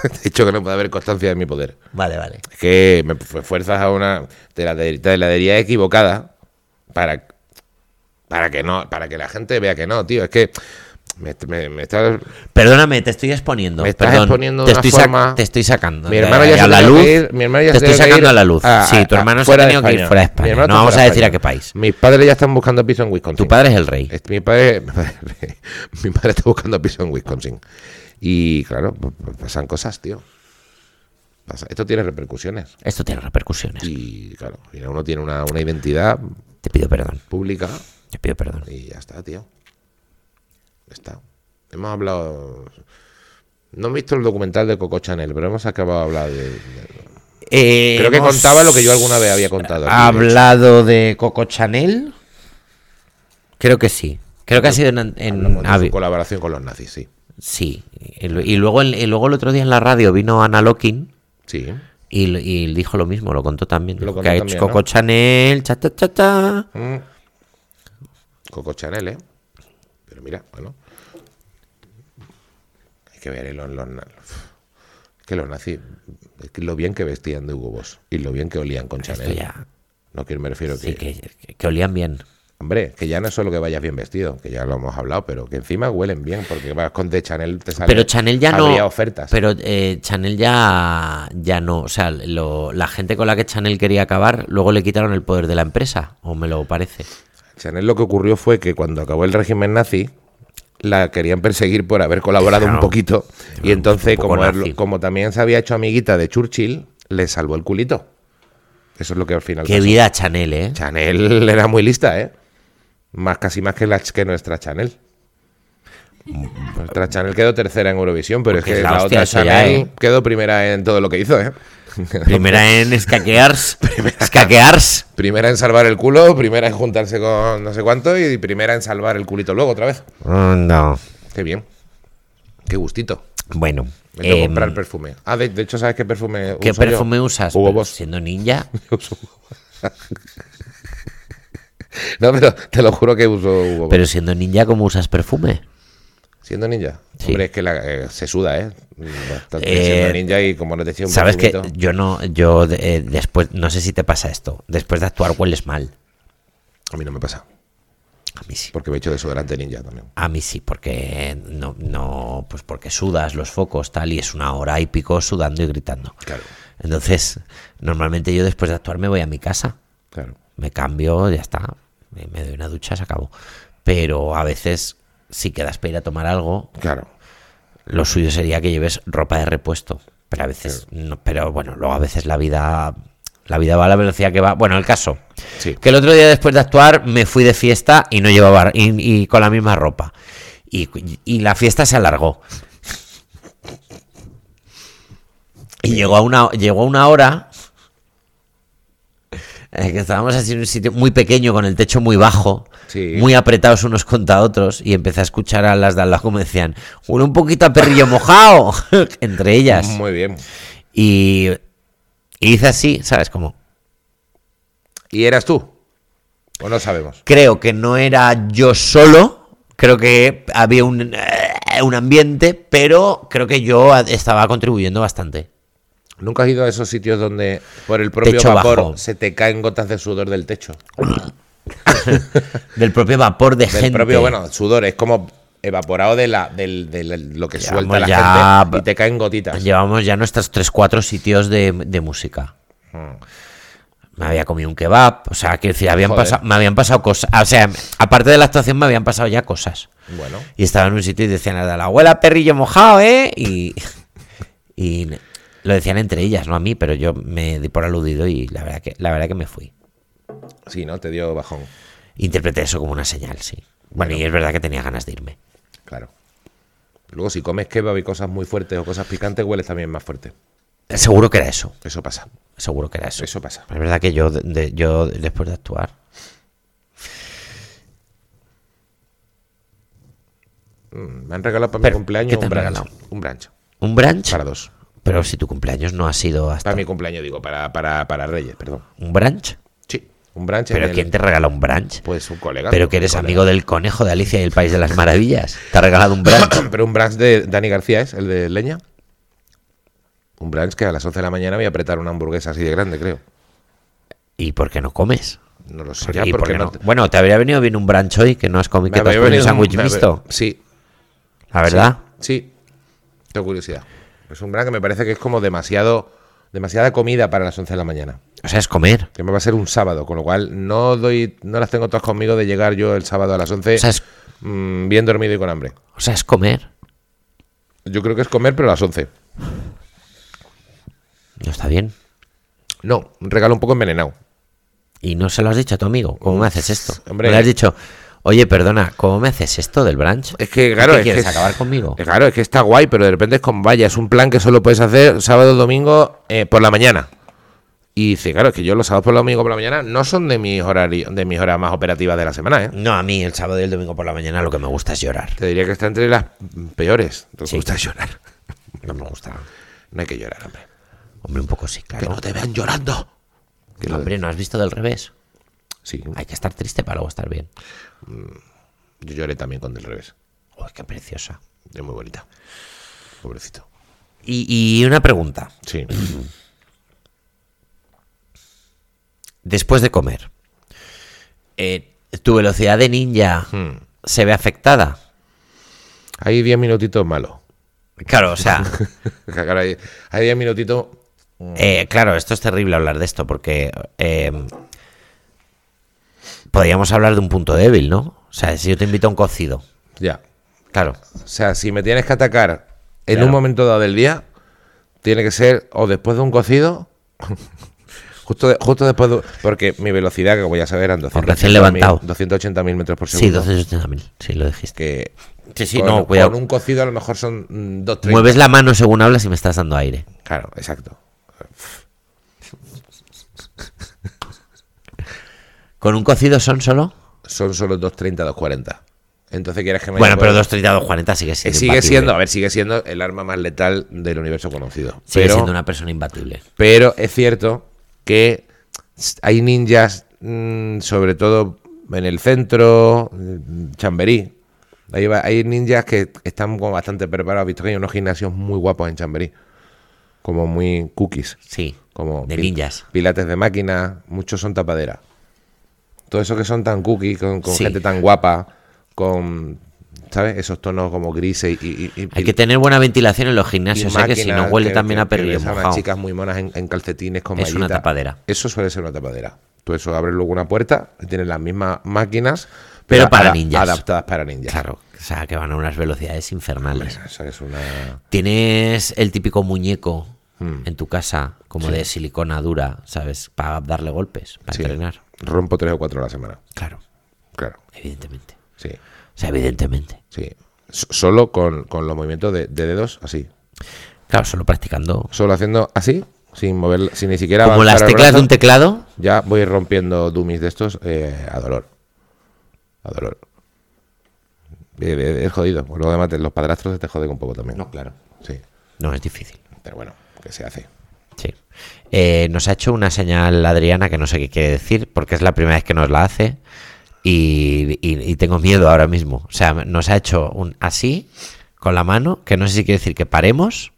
B: Te he dicho que no puede haber constancia en mi poder.
A: Vale, vale.
B: Es que me fu- fuerzas a una heladería equivocada para, para que no, para que la gente vea que no, tío. Es que me, me- me está-
A: Perdóname, te estoy exponiendo.
B: Me estás
A: perdón.
B: exponiendo
A: te,
B: de una
A: estoy sac-
B: forma-
A: te estoy sacando.
B: Mi
A: de-
B: hermano ya
A: a
B: se
A: la
B: tenía
A: luz.
B: que ir- mi hermano ya
A: te
B: se
A: estoy
B: tenía que
A: sacando
B: ir
A: a la luz.
B: a-
A: sí, tu
B: a-
A: hermano se ha
B: fuera de
A: tenido que ir
B: España.
A: fuera de
B: Mi
A: España.
B: hermano
A: No
B: está
A: vamos a
B: fuera de
A: decir a
B: España.
A: qué país.
B: Mis padres ya están buscando piso en Wisconsin.
A: Tu padre es el rey.
B: Este, Mi padre, mi padre- mi padre está buscando piso en Wisconsin. Y claro, p- p- pasan cosas, tío. Pasa- Esto tiene repercusiones.
A: Esto tiene repercusiones.
B: Y claro, mira, uno tiene una, una identidad
A: Te pido perdón.
B: pública
A: Te pido perdón.
B: y ya está, tío. Ya está. Hemos hablado. No he visto el documental de Coco Chanel, pero hemos acabado de hablar de. de-
A: Eh,
B: Creo que
A: hemos
B: contaba lo que yo alguna vez había contado. aquí, de hecho.
A: Hablado de Coco Chanel. Creo que sí. Creo que ha sido en. en-
B: Hablamos de su
A: ah, vi-
B: colaboración con los nazis, sí.
A: sí. Y, lu- y luego el, y luego el otro día en la radio vino Ana Lokin.
B: Sí.
A: Y, lo- y dijo lo mismo, lo contó también.
B: Lo
A: Dijo
B: contó
A: que ha hecho
B: también,
A: Coco
B: ¿no?
A: Chanel, cha, cha, cha, cha.
B: Mm. Coco Chanel, ¿eh? Pero mira, bueno. Hay que ver eh, los, los na- es que los nazis, es que lo bien que vestían de Hugo Boss y lo bien que olían con
A: Esto
B: Chanel.
A: ya.
B: No quiero, me refiero
A: Sí,
B: que,
A: que, que- que olían bien.
B: Hombre, que ya no es solo que vayas bien vestido, que ya lo hemos hablado, pero que encima huelen bien, porque vas con de Chanel te sale.
A: Pero Chanel ya no.
B: habría ofertas.
A: Pero eh, Chanel ya, ya no. O sea, lo- la gente con la que Chanel quería acabar, luego le quitaron el poder de la empresa. O me lo parece.
B: Chanel lo que ocurrió fue que cuando acabó el régimen nazi, la querían perseguir por haber colaborado
A: Claro.
B: un poquito. Y entonces,
A: poco
B: como,
A: nazi.
B: er- como también se había hecho amiguita de Churchill, le salvó el culito. Eso es lo que al final.
A: Qué
B: pasó.
A: vida Chanel, ¿eh?
B: Chanel era muy lista, ¿eh? Más casi más que, la, que nuestra Chanel. Nuestra Chanel quedó tercera en Eurovisión, pero
A: Porque Pues es
B: es que
A: la
B: la,
A: hostia
B: otra
A: eso ya,
B: Chanel
A: ¿eh?
B: quedó primera en todo lo que hizo, ¿eh?
A: Primera en escaquears. escaquears.
B: Primera en salvar el culo, primera en juntarse con no sé cuánto y primera en salvar el culito luego otra vez.
A: Mm, no.
B: Qué bien. Qué gustito.
A: Bueno.
B: Me tengo que
A: em,
B: comprar perfume. Ah, de, de hecho, ¿sabes qué perfume
A: ¿Qué
B: uso yo?
A: perfume usas?
B: Hugo
A: Pero
B: Boss.
A: Siendo ninja.
B: No, pero te lo juro que uso Hugo Boss.
A: Pero siendo ninja, ¿cómo usas perfume?
B: Siendo ninja.
A: Sí.
B: Hombre, es que la- eh, se suda, ¿eh? Bastante
A: Eh,
B: siendo ninja y como no te eché un
A: Sabes que
B: perfumito.
A: yo no, yo eh, después, no sé si te pasa esto. Después de actuar hueles mal.
B: A mí no me pasa.
A: A mí sí.
B: Porque me he hecho desodorante ninja también.
A: A mí sí, porque no, no, pues porque sudas los focos, tal, y es una hora y pico sudando y gritando.
B: Claro,
A: Entonces, normalmente yo después de actuar me voy a mi casa,
B: claro.
A: me cambio, ya está, me, me doy una ducha, se acabó. Pero a veces, si quedas para ir a tomar algo,
B: Claro.
A: lo suyo sería que lleves ropa de repuesto. Pero a veces, no, pero bueno, luego a veces la vida, La vida va a la velocidad que va. Bueno, el caso.
B: Sí.
A: Que el otro día después de actuar me fui de fiesta y no llevaba y, y con la misma ropa. Y, y la fiesta se alargó. Y llegó a una, llegó a una hora eh, que estábamos así en un sitio muy pequeño, con el techo muy bajo,
B: Sí.
A: muy apretados unos contra otros, y empecé a escuchar a las de al lado como decían, huele un poquito a perrillo mojado, entre ellas.
B: Muy bien.
A: Y, y hice así, ¿sabes? Como,
B: ¿Y eras tú? O no sabemos.
A: creo que no era yo solo, creo que había un, eh, un ambiente, pero creo que yo a- estaba contribuyendo bastante.
B: ¿Nunca has ido a esos sitios donde por el propio
A: Techo
B: vapor
A: bajo.
B: se te caen gotas de sudor del techo?
A: Del propio vapor de
B: Del
A: gente.
B: propio, bueno, sudor, es como evaporado de, la, del, del- lo que
A: Llevamos
B: suelta la
A: ya-
B: gente y te caen gotitas.
A: Llevamos ya nuestros 3-4 sitios de, de música.
B: Hmm.
A: Me había comido un kebab, o sea, quiero decir, habían
B: Joder.
A: pasado, me habían pasado cosas. O sea, aparte de la actuación, me habían pasado ya cosas.
B: Bueno,
A: Y estaba en un sitio y decían, "A la abuela perrillo mojado, ¿eh? Y, y lo decían entre ellas, no a mí, pero yo me di por aludido y la verdad que, la verdad que me fui.
B: sí, ¿no? Te dio bajón,
A: Interpreté eso como una señal, sí. Bueno, y es verdad que tenía ganas de irme.
B: claro. Luego, si comes kebab y cosas muy fuertes o cosas picantes, hueles también más fuerte.
A: Seguro que era eso,
B: Eso pasa,
A: seguro que era eso.
B: eso pasa.
A: Es verdad que yo, de- de- yo después de actuar...
B: Mm, Me han regalado para
A: Pero,
B: mi cumpleaños
A: ¿qué te
B: un
A: han
B: brancho.
A: regalado?
B: Un brancho,
A: ¿Un brunch?
B: para dos.
A: Pero si tu cumpleaños no ha sido hasta...
B: Para mi cumpleaños, digo, para, para, para Reyes, perdón.
A: ¿Un brunch?
B: Sí, un brancho.
A: ¿Pero quién te regala un brunch?
B: Pues un colega.
A: Pero que
B: un
A: eres
B: colega.
A: amigo del conejo de Alicia y el País de las Maravillas. Te ha regalado un brunch.
B: Pero un brunch de Dani García es, el de leña. Un brunch que a las 11 de la mañana voy a apretar una hamburguesa así de grande, creo.
A: ¿Y por qué no comes?
B: No lo sé.
A: Porque-
B: Ya,
A: ¿y por
B: porque
A: qué
B: no
A: no?
B: te-
A: Bueno, te habría venido bien un brunch hoy que no has comido, que te has
B: había
A: comido un
B: venido
A: sándwich
B: me había-
A: mixto.
B: Sí,
A: La verdad.
B: sí. Tengo curiosidad. Es un brunch que me parece que es como demasiado, demasiada comida para las 11 de la mañana.
A: O sea, es comer.
B: Que me va a ser un sábado, con lo cual no doy, no las tengo todas conmigo de llegar yo el sábado a las 11
A: O sea, es,
B: mm, bien dormido y con hambre.
A: o sea, es comer.
B: Yo creo que es comer, pero a las 11.
A: No está bien.
B: No, un regalo un poco envenenado.
A: Y no se lo has dicho a tu amigo. ¿Cómo me haces esto?
B: Hombre.
A: No Le has dicho, oye, perdona, ¿cómo me haces esto del brunch?
B: Es que, claro,
A: ¿Qué
B: es
A: quieres
B: que es-
A: acabar conmigo?
B: Eh, Claro, es que está guay, pero de repente es con vaya. Es un plan que solo puedes hacer sábado, domingo, eh, por la mañana. Y dice, claro, es que yo los sábados por la domingo por la mañana no son de mis horarios, de mis horas más operativas de la semana, ¿eh?
A: No, a mí el sábado y el domingo por la mañana lo que me gusta es llorar.
B: Te diría que está entre las peores. Te
A: Sí.
B: gusta llorar.
A: No me gusta.
B: No hay que llorar, hombre.
A: Hombre, un poco sí,
B: Que
A: claro.
B: no te vean llorando. Que lo-
A: Hombre, ¿no has visto del revés?
B: Sí,
A: Hay que estar triste para luego estar bien.
B: yo lloré también con del revés.
A: Uy, qué preciosa.
B: Es muy bonita. Pobrecito.
A: Y- y una pregunta.
B: Sí.
A: después de comer, eh, ¿tu velocidad de ninja se ve afectada?
B: Hay 10 minutitos malos.
A: Claro, o sea, hmm.
B: Claro, hay hay 10 minutitos.
A: eh, claro, esto es terrible hablar de esto porque eh, podríamos hablar de un punto débil, ¿no? O sea, si yo te invito a un cocido,
B: Ya.
A: claro,
B: O sea, si me tienes que atacar en
A: Claro.
B: un momento dado del día, tiene que ser o después de un cocido, justo, de- justo después de. Porque mi velocidad, que voy a saber, eran
A: O recién
B: 280.000
A: levantado.
B: 280.000 metros por
A: sí,
B: segundo.
A: 280.000, sí, lo dijiste.
B: Que
A: Sí, sí,
B: con,
A: no,
B: con
A: cuidado.
B: un cocido a lo mejor son mm, 2.30.
A: Mueves la mano según hablas y me estás dando aire.
B: Claro, exacto.
A: ¿Con un cocido son solo?
B: Son solo 2.30, 2.40. Entonces quieres que me.
A: Bueno,
B: haya-
A: pero 230 240 sigue
B: Eh,
A: siendo.
B: Sigue
A: imbatible.
B: siendo, a ver, sigue siendo el arma más letal del universo conocido.
A: Sigue
B: pero,
A: siendo una persona imbatible.
B: Pero es cierto que hay ninjas, mm, sobre todo en el centro, mm, Chamberí. Ahí va- hay ninjas que están como bastante preparados. He visto que hay unos gimnasios muy guapos en Chamberí. Como muy cookies.
A: Sí,
B: Como
A: de
B: pil-
A: ninjas.
B: Pilates de máquina. Muchos son tapadera. Todo eso que son tan cookies, con, con
A: Sí.
B: gente tan guapa, con. ¿Sabes? Esos tonos como grises y. y- y-
A: Hay que tener buena ventilación en los
B: y
A: gimnasios, ¿eh? que si no
B: máquinas
A: huele
B: que-
A: también
B: que-
A: a perrillo
B: que ves las
A: mojado.
B: chicas muy monas en, en calcetines con
A: Es una
B: mallita.
A: tapadera.
B: Eso suele ser una tapadera. Tú eso abres luego una puerta y tienes las mismas máquinas,
A: Pero para
B: ada-
A: ninjas.
B: Adaptadas para ninjas.
A: Claro, o sea, que van a unas velocidades infernales.
B: Eso es una...
A: Tienes el típico muñeco
B: Hmm.
A: en tu casa, como de silicona dura, ¿sabes? Para darle golpes, para
B: Sí.
A: entrenar.
B: Rompo tres o cuatro a la semana.
A: Claro,
B: Claro,
A: evidentemente.
B: sí,
A: O sea, evidentemente.
B: sí. S- solo con, con los movimientos de, de dedos, así.
A: Claro, solo practicando.
B: Solo haciendo así, sin mover, sin ni siquiera.
A: Como
B: avanzar
A: las
B: el
A: teclas de
B: brazo,
A: un teclado.
B: Ya voy rompiendo dummies de estos eh, a dolor. A dolor. Eh, eh, Es jodido. Luego además te- los padrastros te joden un poco también.
A: claro.
B: Sí.
A: No, es difícil.
B: Pero bueno, ¿qué se hace?
A: Sí. Eh, nos ha hecho una señal Adriana que no sé qué quiere decir, porque es la primera vez que nos la hace. Y, y- y tengo miedo ahora mismo. O sea, nos ha hecho un así con la mano, que no sé si quiere decir que paremos,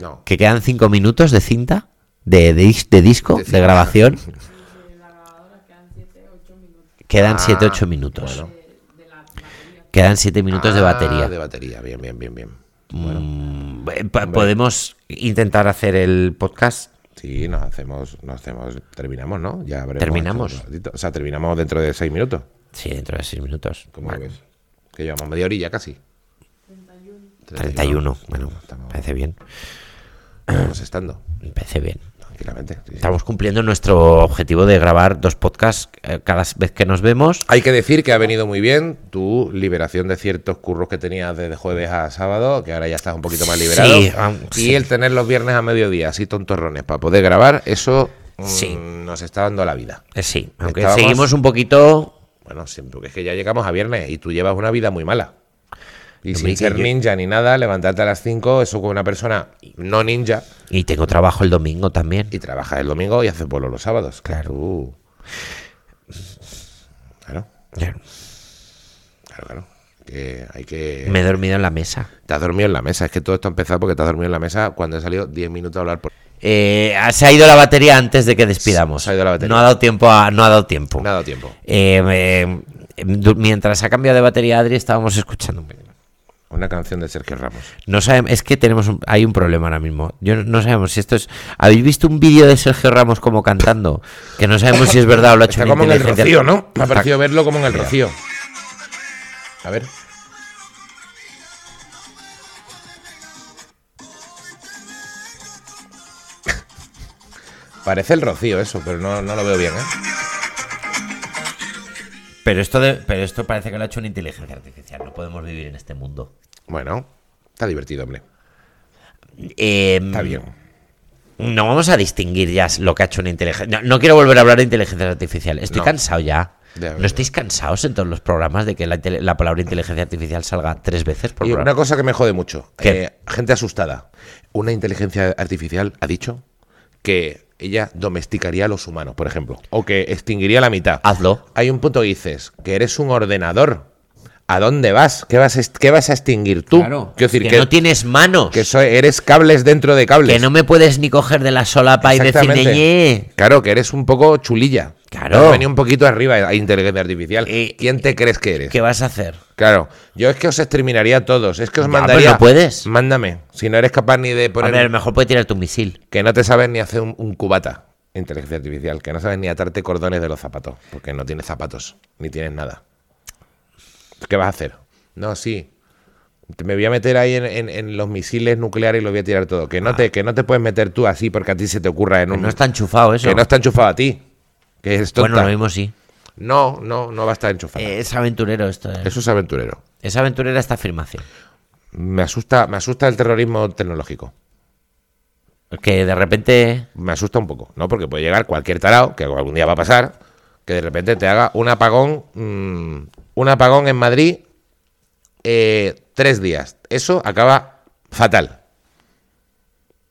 B: No.
A: que quedan cinco minutos de cinta, de, de, dis- de disco,
B: De
A: de,
B: cinta.
A: grabación. Quedan
B: Ah,
A: 7-8 minutos.
B: bueno.
A: Quedan 7 minutos de
B: Ah,
A: batería.
B: De batería, bien, bien, bien, bien.
A: Mm, eh, pa- podemos intentar hacer el podcast.
B: Sí, nos hacemos, nos hacemos, terminamos, ¿no? Ya habremos
A: Terminamos.
B: hecho un ratito. O sea, terminamos dentro de seis minutos.
A: Sí, dentro de 6 minutos.
B: ¿Cómo
A: Bueno,
B: lo ves? Que llevamos media orilla casi.
A: 31. Bueno,
B: Estamos-
A: parece bien.
B: Estamos estando,
A: Parece bien.
B: tranquilamente. sí, sí.
A: Estamos cumpliendo nuestro objetivo de grabar dos podcasts eh, cada vez que nos vemos.
B: Hay que decir que ha venido muy bien tu liberación de ciertos curros que tenías desde jueves a sábado, que ahora ya estás un poquito más liberado.
A: Sí, am-
B: y
A: sí.
B: el tener los viernes a mediodía, así tontorrones, para poder grabar, eso mm,
A: Sí.
B: nos está dando la vida.
A: Eh, Sí, aunque
B: Estábamos-
A: seguimos un poquito
B: Bueno, siempre, porque es que ya llegamos a viernes y tú llevas una vida muy mala. Y
A: Hombre,
B: sin
A: que
B: ser
A: yo-
B: ninja ni nada, levantarte a las 5, eso con una persona no ninja,
A: y tengo trabajo el domingo también.
B: y trabajas el domingo y haces pueblo los sábados. Claro. Claro,
A: Claro.
B: claro, claro. Que hay que.
A: Me he dormido en la mesa.
B: Te has dormido en la mesa. Es que todo esto ha empezado porque te has dormido en la mesa cuando he salido 10 minutos a hablar por.
A: Eh, se ha ido la batería antes de que despidamos.
B: Se ha ido la batería.
A: No ha dado tiempo a- no ha dado tiempo.
B: Nada tiempo.
A: Eh, eh, du- mientras ha cambiado de batería Adri estábamos escuchando. un poquito.
B: Una canción de Sergio Ramos.
A: No sabemos, es que tenemos un- hay un problema ahora mismo. Yo no- no sabemos si esto es. ¿Habéis visto un vídeo de Sergio Ramos como cantando? Que no sabemos si es verdad o lo ha hecho
B: Está
A: una
B: como en el
A: inteligencia-
B: rocío, ¿no? Me ha
A: Está-
B: parecido verlo como en el rocío. A ver. Parece el rocío eso, pero no, no lo veo bien, ¿eh?
A: Pero esto de- pero esto parece que lo ha hecho una inteligencia artificial. No podemos vivir en este mundo.
B: Bueno, está divertido, hombre.
A: Eh,
B: Está bien.
A: No vamos a distinguir ya lo que ha hecho una inteligencia. No, no quiero volver a hablar de inteligencia artificial. Estoy
B: No.
A: cansado ya. ¿No
B: Ya, verdad.
A: estáis cansados en todos los programas de que la, intele- la palabra inteligencia artificial salga tres veces por
B: Y
A: programa?
B: una cosa que me jode mucho.
A: ¿Qué?
B: eh, gente asustada. Una inteligencia artificial ha dicho que ella domesticaría a los humanos, por ejemplo. O que extinguiría la mitad.
A: Hazlo.
B: Hay un punto que dices que eres un ordenador. ¿A dónde vas? ¿Qué vas a, est- qué vas a extinguir tú? Quiero decir
A: que,
B: que,
A: no tienes manos.
B: que
A: Que,
B: so- eres cables dentro de cables.
A: no me puedes ni coger de la solapa y decir
B: Exactamente.
A: "Ñe".
B: Claro, que eres un poco chulilla.
A: Claro.
B: Has venido un poquito arriba a inteligencia artificial.
A: Eh,
B: ¿Quién te crees que eres?
A: ¿Qué vas a hacer?
B: Claro, yo es que os exterminaría a todos, es que os
A: Ya,
B: mandaría.
A: pero no puedes.
B: Mándame, si no eres capaz ni de
A: A
B: poner.
A: ver, a lo mejor puede tirar tu misil.
B: Que no te sabes ni hacer un, un cubata, inteligencia artificial, que no sabes ni atarte cordones de los zapatos, porque no tienes zapatos, ni tienes nada. ¿Qué vas a hacer? No, sí. te- Me voy a meter ahí en, en- en los misiles nucleares y lo voy a tirar todo. Que no, te, que no te puedes meter tú así porque a ti se te ocurra en un.
A: Ah. No está enchufado eso.
B: que no está enchufado a ti. Que es tonta.
A: bueno, lo mismo sí.
B: No, no, no va a estar enchufado.
A: Eh, es aventurero esto. eh.
B: Eso es aventurero.
A: Es aventurera esta afirmación.
B: Me asusta, me asusta el terrorismo tecnológico.
A: Que de repente.
B: Me asusta un poco, ¿no? Porque puede llegar cualquier tarao, que algún día va a pasar, que de repente te haga un apagón, mm, un apagón en Madrid, eh, tres días. Eso acaba fatal.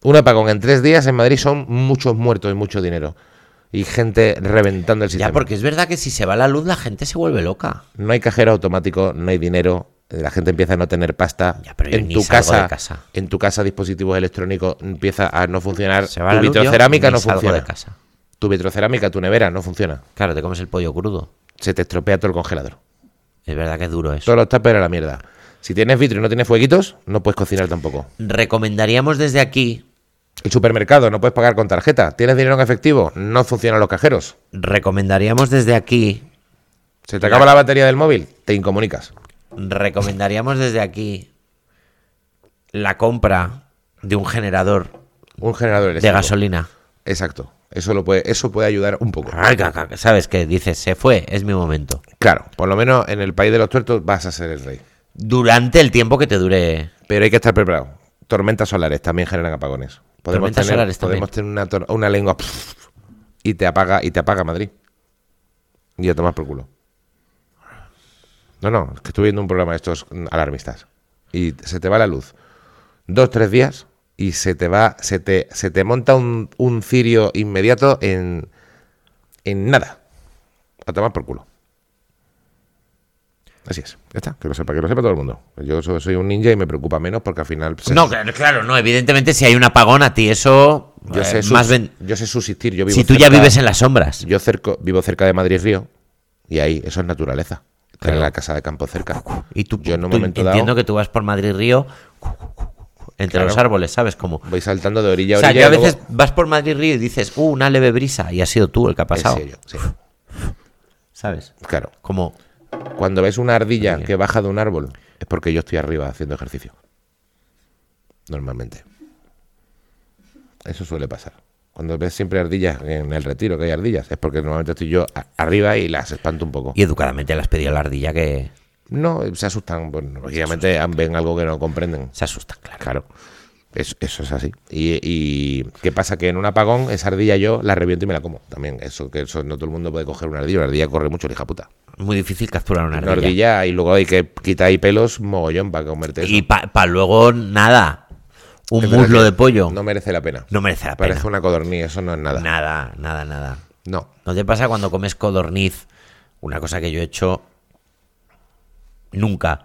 B: Un apagón en tres días en Madrid son muchos muertos y mucho dinero. Y gente reventando el sistema.
A: Ya, porque es verdad que si se va la luz, la gente se vuelve loca.
B: No hay cajero automático, no hay dinero, la gente empieza a no tener pasta.
A: Ya, pero yo
B: en
A: ni
B: tu
A: salgo
B: casa,
A: de casa.
B: en tu casa dispositivos electrónicos empieza a no funcionar.
A: Se va
B: tu
A: la luz, yo
B: vitrocerámica
A: ni
B: no
A: salgo
B: funciona.
A: de casa.
B: Tu vitrocerámica, tu nevera no funciona.
A: Claro, te comes el pollo crudo.
B: Se te estropea todo el congelador.
A: Es verdad que es duro eso.
B: Todos los tapers a la mierda. Si tienes vitro y no tienes fueguitos, no puedes cocinar tampoco.
A: Recomendaríamos desde aquí,
B: El supermercado, no puedes pagar con tarjeta. ¿Tienes dinero en efectivo? No funcionan los cajeros.
A: recomendaríamos desde aquí,
B: Se te acaba la batería del móvil, te incomunicas.
A: recomendaríamos desde aquí la compra de un generador
B: Un generador
A: de
B: eléctrico.
A: gasolina.
B: Exacto. Eso, lo puede, eso puede ayudar un poco.
A: ¿Sabes qué? Dices, se fue, es mi momento.
B: Claro, por lo menos en el país de los tuertos vas a ser el rey.
A: Durante el tiempo que te dure.
B: Pero hay que estar preparado. Tormentas solares también generan apagones.
A: Tormentas
B: tener,
A: solares también.
B: podemos tener una, tor- una lengua pff, y te apaga y te apaga Madrid. Y a tomar por culo. No, no, es que estuve viendo un programa de estos mm, alarmistas. Y se te va la luz. Dos, tres días y se te va, se te, se te monta un, un cirio inmediato en, en nada. A tomar por culo. Así es, ya está, que lo sepa, que lo sepa todo el mundo. Yo so- soy un ninja y me preocupa menos porque al final. pues,
A: No, claro, claro, no. Evidentemente, si hay un apagón a ti, eso.
B: yo,
A: eh,
B: sé sus-
A: más ven-
B: yo sé subsistir. Yo vivo
A: Si tú ya
B: cerca-
A: vives en las sombras.
B: Yo cerco, vivo cerca de Madrid Río y ahí eso es naturaleza. Tener
A: Claro.
B: la casa de campo cerca.
A: Y tú,
B: yo en un
A: tú
B: momento dado
A: entiendo que tú vas por Madrid Río entre
B: Claro.
A: los árboles, ¿sabes? Como.
B: voy saltando de orilla a
A: O
B: orilla.
A: sea, yo a
B: y luego-
A: veces vas por Madrid Río y dices, uh, una leve brisa, y ha sido tú el que ha
B: En
A: pasado.
B: serio, sí,
A: ¿Sabes?
B: claro.
A: Como,
B: Cuando ves una ardilla que baja de un árbol es porque yo estoy arriba haciendo ejercicio. Normalmente. Eso suele pasar. Cuando ves siempre ardillas en el retiro, que hay ardillas, es porque normalmente estoy yo a- arriba y las espanto un poco.
A: y educadamente le has pedido a la ardilla que
B: No, se asustan. Bueno, lógicamente ven algo que no comprenden.
A: se asustan, claro.
B: Claro. Es- eso es así. Y, y qué pasa? Que en un apagón esa ardilla yo la reviento y me la como. También eso, que eso no todo el mundo puede coger una ardilla. Una ardilla corre mucho, la hija puta.
A: Muy difícil capturar una
B: Una
A: ardilla.
B: ardilla y luego hay que quitar ahí pelos mogollón para comerte eso.
A: Y para luego nada. Un
B: Es verdad
A: muslo
B: que
A: de pollo.
B: No
A: No,
B: merece la pena.
A: merece la pena.
B: Parece una codorniz, eso no es nada.
A: Nada, nada, nada.
B: No.
A: ¿No te pasa cuando comes codorniz? Una cosa que yo he hecho nunca.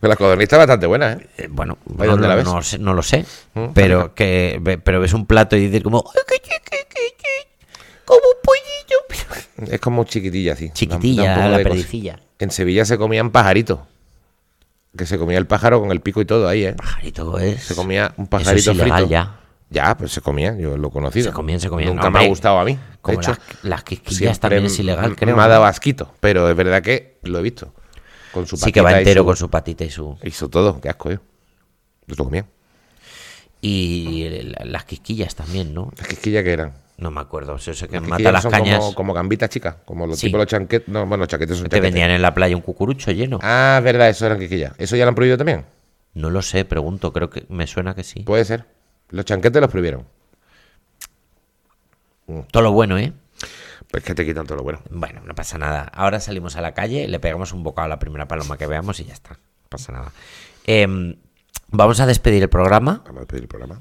B: Pero la codorniz está bastante buena, ¿eh?
A: Eh, bueno, no,
B: Ahí donde la
A: lo-
B: ves.
A: no sé- no lo sé.
B: Mm,
A: Pero que ve- pero ves un plato y dices como... "Ay, que- que- que- que- que- Como un pollillo.
B: Es como chiquitilla, así. Da- da un
A: Chiquitilla,
B: poco
A: la
B: de cosa.
A: perdicilla.
B: En Sevilla se comían pajaritos. Que se comía el pájaro con el pico y todo ahí, ¿eh?
A: Pajarito es...
B: Se comía
A: Eso
B: un
A: es
B: pajarito
A: ilegal
B: frito.
A: ya.
B: Ya, pues se comía, yo lo he conocido.
A: Se comían, se comían,
B: Nunca me
A: hombre.
B: ha gustado a mí. De
A: Como
B: hecho,
A: las, las quisquillas
B: siempre
A: también es ilegal,
B: m-
A: creo.
B: Me ha
A: ¿no?
B: dado asquito, pero es verdad que lo he visto. Con su
A: Sí que va
B: patita y
A: entero
B: su-
A: con su patita y su...
B: Y su todo, qué asco yo. Yo lo comía.
A: Y el- las quisquillas también, ¿no?
B: Las quisquillas que eran.
A: No me acuerdo. Eso es que
B: Las
A: mata
B: quisquillas
A: las
B: son
A: cañas.
B: Como, como gambitas chicas, como los
A: Sí. Este
B: tipos los chanquetes. No, bueno, los chaquetes son
A: Te
B: chaquetes.
A: vendían en la playa un cucurucho lleno.
B: Ah, verdad, eso eran quisquillas. ¿Eso ya lo han prohibido también?
A: No lo sé, pregunto. Creo que me suena que sí.
B: Puede ser. Los chanquetes los prohibieron.
A: Todo lo bueno, ¿eh?
B: Pues que te quitan todo lo bueno.
A: Bueno, no pasa nada. Ahora salimos a la calle, le pegamos un bocado a la primera paloma que veamos y ya está. No pasa nada. Em, vamos a despedir el programa.
B: Vamos a pedir el programa.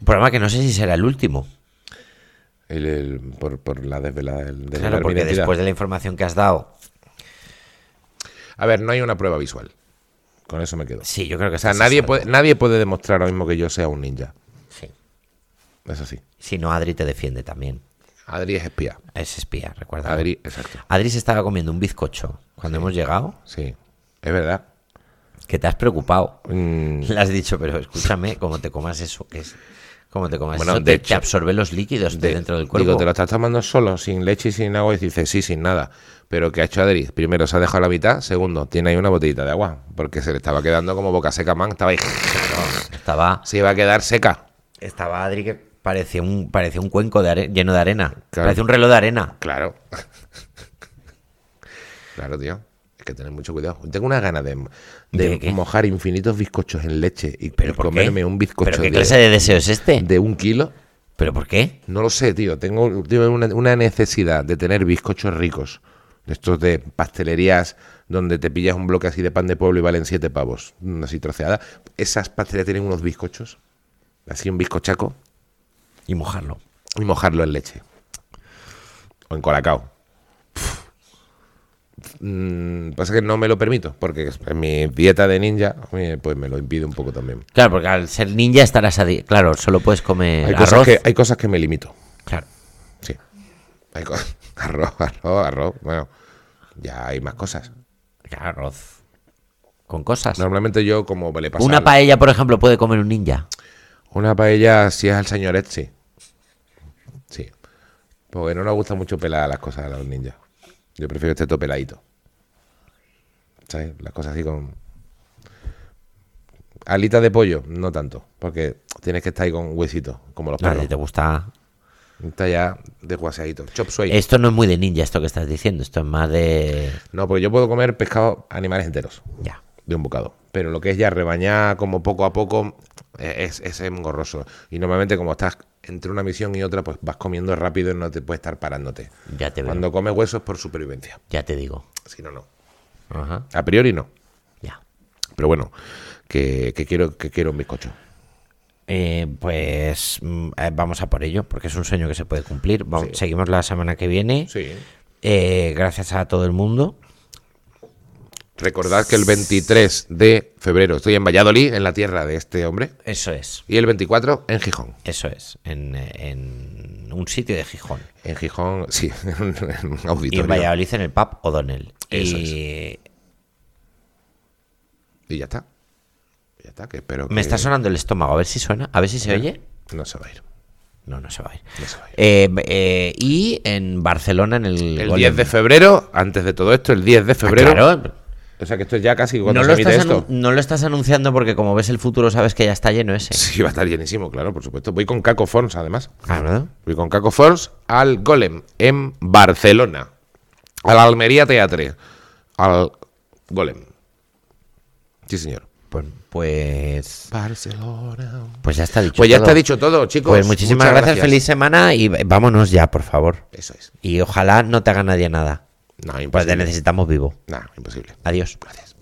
A: Un programa que no sé si será el último.
B: El- el- por, por la desvelada del desvelar
A: Claro,
B: mi
A: porque
B: identidad.
A: después de la información que has dado.
B: A ver, no hay una prueba visual. Con eso me quedo.
A: Sí, yo creo que
B: O sea, nadie puede, nadie puede demostrar ahora mismo que yo sea un ninja.
A: Sí.
B: Es así.
A: Si no, Adri te defiende también.
B: Adri es espía.
A: Es espía, recuerda. Adri.
B: Adri, exacto.
A: se estaba comiendo un bizcocho cuando hemos llegado,
B: Sí. Es verdad.
A: que te has preocupado.
B: Mm,
A: Le has dicho, pero escúchame, como te comas eso, que es. Como te comas
B: Bueno,
A: eso,
B: de
A: te,
B: hecho-
A: te absorbe los líquidos de,
B: de-
A: dentro del cuerpo.
B: Digo, te lo estás tomando solo, sin leche y sin agua, y dices, sí, sin nada. Pero ¿qué ha hecho Adri? Primero, se ha dejado la mitad. Segundo, tiene ahí una botellita de agua. Porque se le estaba quedando como boca seca, man. Estaba ahí.
A: Estaba,
B: Se iba a quedar seca.
A: estaba Adri que parecía un, parecía un cuenco de are- lleno de arena.
B: Claro.
A: Parecía un reloj de arena.
B: Claro. claro, tío. Hay que tener mucho cuidado. Tengo unas ganas de, de
A: ¿De qué?
B: mojar infinitos bizcochos en leche y
A: ¿Pero por
B: comerme
A: qué?
B: un bizcocho
A: ¿Pero qué
B: de,
A: clase de deseo es este?
B: de un kilo.
A: ¿Pero por qué?
B: No lo sé, tío. Tengo, tengo una, una necesidad de tener bizcochos ricos. De Estos de pastelerías donde te pillas un bloque así de pan de pueblo y valen siete pavos. Una así troceada. Esas pastelerías tienen unos bizcochos. Así un bizcochaco.
A: Y mojarlo.
B: Y mojarlo en leche. O en colacao. Mm, pasa que no me lo permito, porque en mi dieta de ninja eh, pues me lo impide un poco también.
A: Claro, porque al ser ninja estarás. adi- Claro, solo puedes comer
B: Hay
A: arroz.
B: cosas, que, hay cosas que me limito.
A: Claro.
B: Sí. Hay co- arroz, arroz, arroz. Bueno, ya hay más cosas.
A: Arroz. Con cosas.
B: Normalmente yo como le pasa
A: Una
B: al-
A: paella, por ejemplo, puede comer un ninja.
B: una paella si es al señoret, sí. Sí. Porque no nos gusta mucho pelar las cosas a los ninjas. Yo prefiero este todo peladito. ¿Sabes? Las cosas así con... Alita de pollo, no tanto, porque tienes que estar ahí con huesitos, como los
A: Vale,
B: perros.
A: te gusta.
B: Está ya desguaseadito. Chop suey.
A: Esto no es muy de ninja, esto que estás diciendo. Esto es más de.
B: No, porque yo puedo comer pescado, animales enteros,
A: Ya.
B: de un bocado. Pero lo que es ya rebañar como poco a poco eh, es, es engorroso. Y normalmente como estás entre una misión y otra, pues vas comiendo rápido y no te puedes estar parándote.
A: Ya te veo.
B: Cuando comes huesos por supervivencia.
A: Ya te digo.
B: Si no, no.
A: Ajá.
B: A priori no.
A: Ya.
B: Pero bueno, que, que quiero, que quiero un bizcocho.
A: Eh, pues mm, eh, vamos a por ello, porque es un sueño que se puede cumplir. Vamos, Seguimos la semana que viene.
B: Sí.
A: Eh, gracias a todo el mundo.
B: Recordad que el 23 de febrero estoy en Valladolid, en la tierra de este hombre,
A: Eso es.
B: y el 24 en Gijón.
A: Eso es. En, en un sitio de Gijón.
B: En Gijón, sí, en un
A: Y en
B: auditorio.
A: Valladolid en el pub O'Donnell.
B: Eso
A: y
B: Y, ya está. Ya está, que espero
A: me
B: que-
A: está sonando el estómago. A ver si suena. A ver si se oye.
B: No se va a ir.
A: No, no se va a ir.
B: No se va a ir.
A: Eh, eh, y en Barcelona en el.
B: El
A: Golem.
B: 10 de febrero, antes de todo esto, el 10 de
A: Ah,
B: febrero.
A: claro.
B: O sea que esto es ya casi cuando
A: No
B: se
A: lo,
B: emite
A: estás
B: esto.
A: anu- no lo estás anunciando porque como ves el futuro sabes que ya está lleno ese.
B: Sí, va a estar llenísimo, claro, por supuesto. Voy con Caco Forns, además.
A: Claro.
B: Voy con Caco Forns al Golem en Barcelona. Al Almería Teatre. Al Golem. Sí, señor.
A: Pues, pues,
B: Barcelona.
A: pues ya está dicho.
B: Pues ya
A: todo.
B: está dicho todo, chicos.
A: Pues muchísimas
B: Muchas
A: gracias, feliz semana y v- vámonos ya, por favor.
B: Eso es.
A: Y ojalá no te haga nadie nada.
B: No,
A: Pues te
B: imposible.
A: necesitamos vivo.
B: No, imposible.
A: Adiós.
B: Gracias.